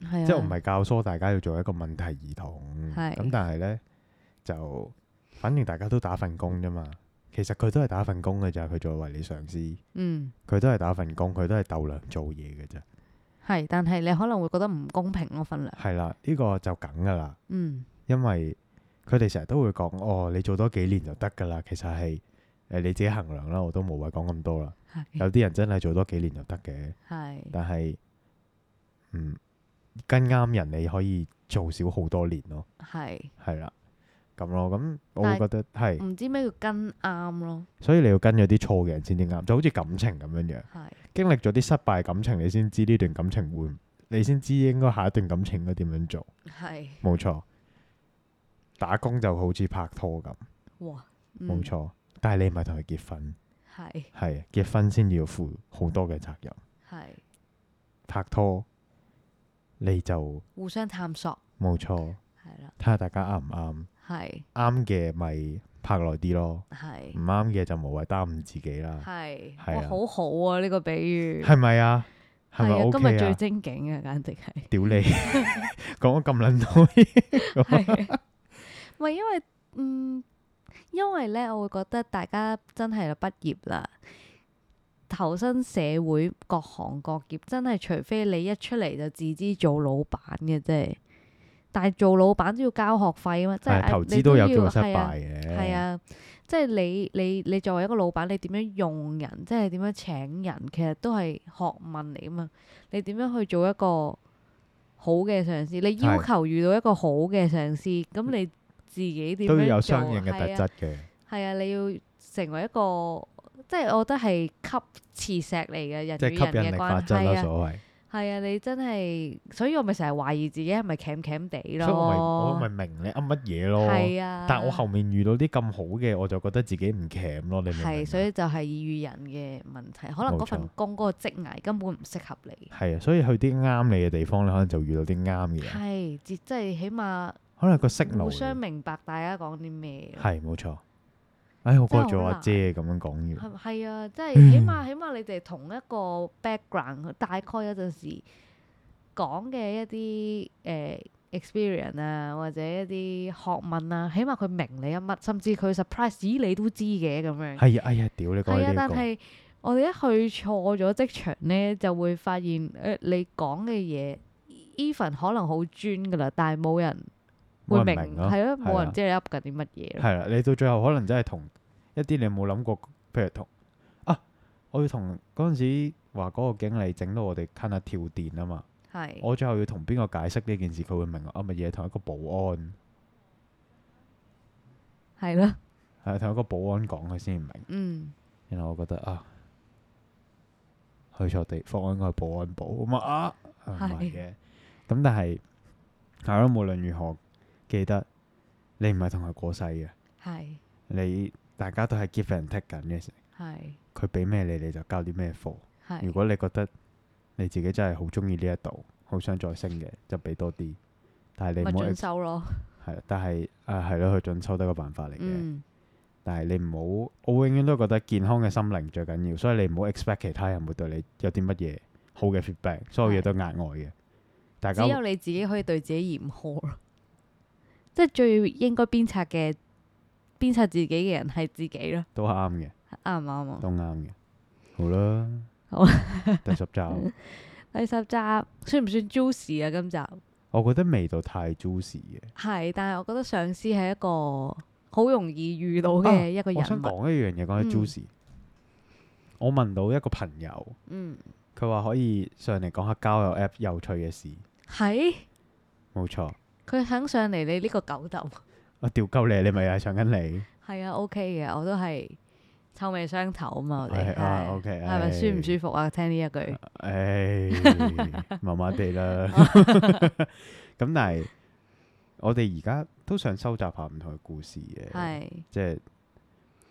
係啊，即係我唔係教唆大家要做一個問題兒童，係咁但係呢，就反正大家都打份工啫嘛。其實佢都係打份工嘅咋，佢作為你上司，嗯佢都係打份工，佢都係鬥量做嘢嘅咋。係，但係你可能會覺得唔公平咯份量。係啦，呢、個就梗噶啦，嗯因為佢哋成日都會講哦，你做多幾年就得噶啦。其實係誒你自己衡量啦，我都冇謂講咁多啦。係有啲人真係做多幾年就得嗯嘅，係但係嗯跟啱人你可以做少好多年咯。係，係啦，咁咯，咁我會但係覺得係，唔知咩叫跟啱咯，所以你要跟咗啲錯嘅人先至啱，就好似感情咁樣樣，係經歷咗啲失敗嘅感情，你先知呢段感情會唔，你先知應該下一段感情應該點樣做，係冇錯。打工就好似拍拖咁，哇，冇冇錯，但係你唔係同佢結婚，係係結婚先要負好多嘅責任，係拍拖你就互相探索冇錯，係啦，睇下大家啱唔啱，係啱嘅咪拍耐啲咯，唔係啱嘅就無謂耽誤自己啦。係係啊哇好好啊呢個比喻。係咪啊？係咪係啊，今日 OK 最啊？精警啊，簡直 係屌 你，講咗咁撚多嘢，係啊，唔係因為嗯，因為咧，我會覺得大家真係畢業啦，投身社會各行各業，真係除非你一出嚟就自資做老闆嘅啫。但係做老闆都要交學費啊嘛，即係係 投資你都有叫要做失係啊敗嘅，係，啊，即係你你你作為一個老闆，你點樣用人，即係點樣請人，其實都係學問嚟啊嘛。你點樣去做一個好嘅上司？你要係求遇到一個好嘅上司，咁你自己點樣都做要有相應嘅係啊特質嘅，係啊，你要成為一個，即係我覺得係吸磁石嚟嘅人即係與吸人引嘅力法關則係啦，啊，所謂係啊，你真係，所以我咪成日懷疑自己係咪鉗鉗地所以我咪我咪咯。明你噏乜嘢咯。係啊，但我後面遇到啲咁好嘅，我就覺得自己唔鉗咯。你明唔明係，啊？所以就係遇人嘅問題，可能冇嗰份錯工嗰個職涯根本唔適合你。係啊，所以去啲啱你嘅地方，你可能就遇到啲啱嘅人，係，即即係起碼可能個息路互相明白大家講啲咩咯。係冇錯。唉，我過真係咗好阿難姐咁樣講完，係係啊，即係起碼起碼你哋同一個 background，大概有陣時講嘅一啲誒、呃 experience 啊，或者一啲學問啊，起碼佢明你一乜，甚至佢 surprise，咦你都知嘅咁樣。係啊，哎呀，屌你講係啊起，呢但個，係我哋一去錯咗職場咧，就會發現誒、呃你講嘅嘢，even 可能好專噶啦，但係冇人會冇明，人明咯，係咯，冇係啊人知你噏緊啲乜嘢咯。係啦，你到最後可能真係同一啲你冇諗過，譬如同啊，我要同嗰陣時話嗰個經理整到我哋坑下跳電啊嘛，係我最後要同邊個解釋呢件事，佢會明我啊咪嘢同一個保安，係咯，係同一個保安講佢先唔明，嗯，然後我覺得啊，去錯地方應該係保安部咁啊，啊唔係係嘅，咁但係係咯，無論如何記得你唔係同佢過世嘅，係你大家都係 give and take 緊嘅時候。係佢俾咩你，你就交啲咩貨。係。如果你覺得你自己真係好中意呢一度，好想再升嘅，就俾多啲。但係你咪唔好進修咯，係啦，但係啊係咯，去進修都係個辦法嚟嘅。嗯，但係你唔好，我永遠都覺得健康嘅心靈最緊要，所以你唔好 expect 其他人會對你有啲乜嘢好嘅 feedback，所有嘢都額外嘅。大只家有你自己可以對自己嚴苛咯，即係最應該鞭策嘅鞭策自己嘅人係自己咯，都啱嘅，啱唔啱啊？都啱嘅。好啦，好 第十集，第十集算唔算 juicy 啊？今集我覺得味道太 juicy 嘅。係，但係我覺得上司係一個好容易遇到啊嘅一個我想人物，講一樣嘢，講起嗯 juicy，我問到一個朋友，嗯，佢話可以上嚟講下交友 app 有趣嘅事，係冇錯。佢肯上嚟你呢個狗竇， 我屌鳩你，你咪又係上緊你，係啊 OK 嘅，我都係臭味相投啊嘛，我係哋啊係 OK，係咪舒唔唉舒服啊？聽呢一句唉，麻麻地啦。哦 咁但係我哋而家都想收集下唔同嘅故事嘅，係。即係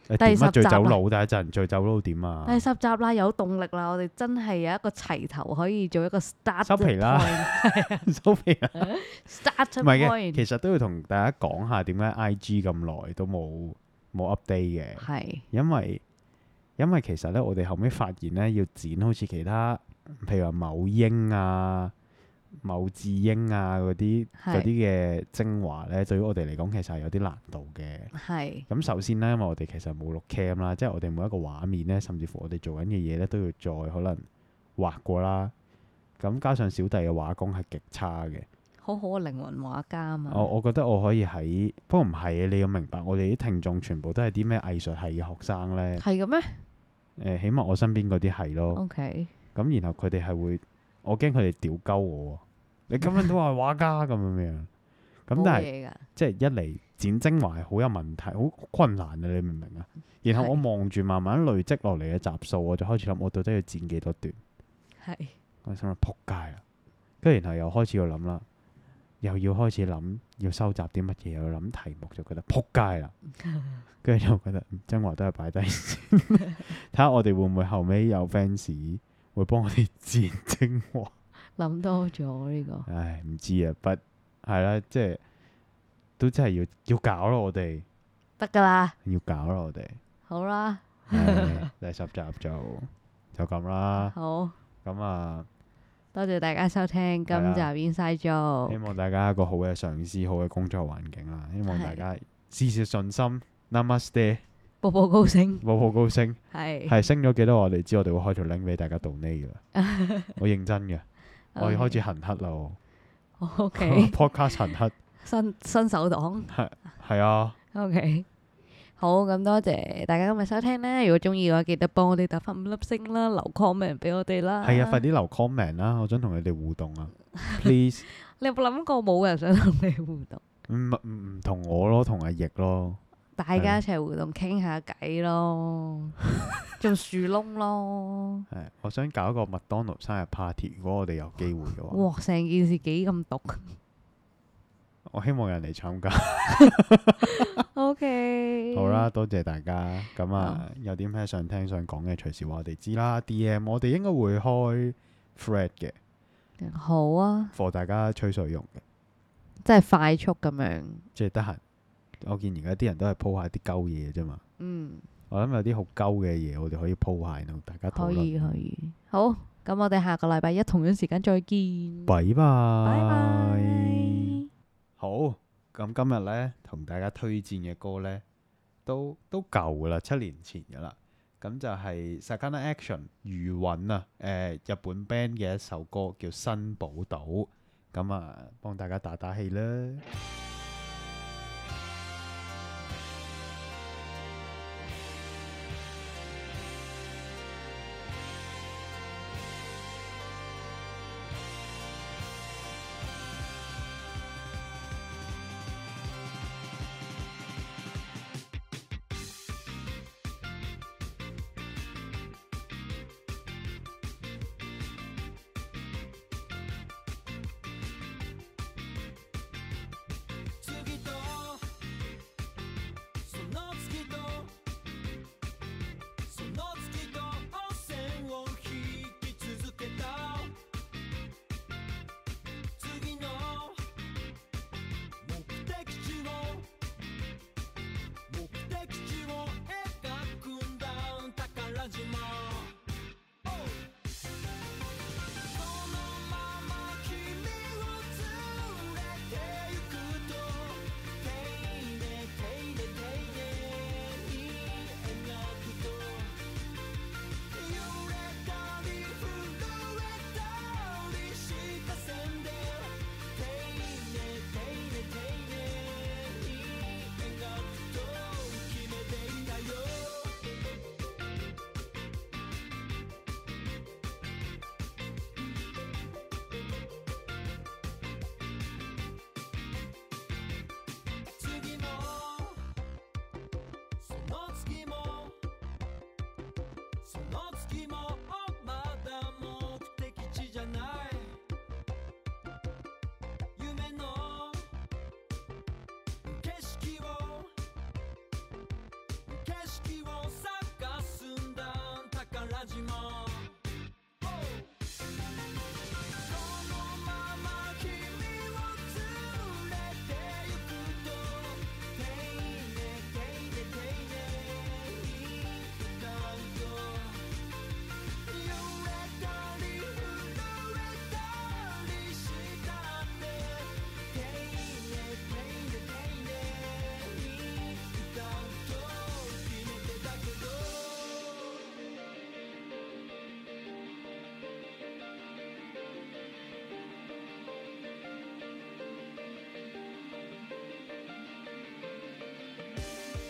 誒第點十乜醉集酒啊佬？但係陣醉酒佬點啊？第十集啦，有動力啦，我哋真係有一個齊頭可以做一個 start 收皮啦 收皮 啦！ ，start 唔係嘅， point 其實都要同大家講下點解 IG 咁耐都冇冇 update 嘅，係因為因為其實咧，我哋後尾發現咧，要剪好似其他，譬如話某英啊、某智英啊嗰啲係嗰啲嘅精華咧，對於我哋嚟講其實係有啲難度嘅。係咁首先咧，因為我哋其實冇錄 cam 啦，即係我哋每一個畫面咧，甚至乎我哋做緊嘅嘢咧，都要再可能畫過啦。咁加上小弟嘅畫工係極差嘅。好好嘅靈魂畫家啊嘛，我我覺得我可以喺，不過唔係嘅，你要明白，我哋啲聽眾全部都係啲咩藝術系嘅學生咧。誒、係嘅咩呃起碼我身邊嗰啲係咯。 ？OK，咁、然後佢哋係會，我驚佢哋屌鳩 我喎。你根本都係畫家咁樣樣。咁但冇係嘢㗎，即係一嚟剪精華係好有問題，好困難嘅，你明唔明啊？然後我望住慢慢累積落嚟嘅集數，我就開始諗我到底要剪幾多段。係我心諗撲街啦，跟住然後又開始要諗啦，又要開始諗要收集啲乜嘢，又要諗題目，就覺得撲街啦。跟住就覺得嗯真話都係擺低先，睇下我哋會唔會後尾有 fans 會幫我哋剪精華。諗多咗呢個，唉，唔知啊，不係啦，即係都真係要要搞咯，我哋得㗎啦，要搞咯，我哋。好啦，唉第十集就就咁啦，好咁啊。多謝大家收聽今集係 Inside 希 Joke，望大家有一個好嘅上司、好嘅工作環境啦。希望係大家事事順心，Namaste，步步高升，步步高 升。係係升咗幾多我哋知，我哋會開條 link 俾大家 donate 噶啦。 我認真嘅，我要開始行乞啦。我 OK， podcast 行乞新新手黨。係 啊， OK，好，咁多謝大家今日收聽啦。如果中意嘅話，記得幫我哋打翻五粒星啦，留 comment 俾我哋啦。係啊，快啲留 comment 啦，我想同你哋互動啊。Please，你有冇諗過冇人想同你互動？唔唔唔同我咯，同阿奕咯， 大家一齊互動傾下偈咯。做樹窿咯。係，我想搞一個麥當勞生日 party，如果我哋有機會嘅話，哇！成件事幾咁毒。我希望有人嚟參加。 O K。好啦，，多謝大家。咁啊，有啲咩想聽想講嘅，隨時話我哋知啦。D M 我哋應該會開 thread 嘅好啊， ，for 大家吹水用嘅，真係快速咁樣。即係得閒。我見而家啲人都係 po 下啲鳩嘢啫嘛。嗯，我諗有啲好鳩嘅嘢，我哋可以 po 下，然後大家可討論。以可以。好，咁我哋下個禮拜一同樣時間再見。拜拜拜。拜。好，咁今日呢，同大家推薦嘅歌呢，都都舊噶啦，七年前噶啦。咁就係 Sakana Action 餘韻啊，誒、日本 band 嘅一首歌叫《新寶島》，咁啊幫大家打打氣啦。月とその月とその月と温泉を引き続けた次の目的地を目的地を描くんだ宝島「このまま君を連れて行くと」「手入れ手入れ手入れに描くと」「揺れたり震えたりした線で」「手入れ手入れ手入れに描くと決めていたよ」次もその月もその月もまだ目的地じゃない夢の景色を景色を探すんだ宝島「このまま君を連れて行くと」「手入れ手入れ手入れに歌うと」「揺れたり震えたりしたって」「手入れ手入れ手入れに歌うと決めてたけど」「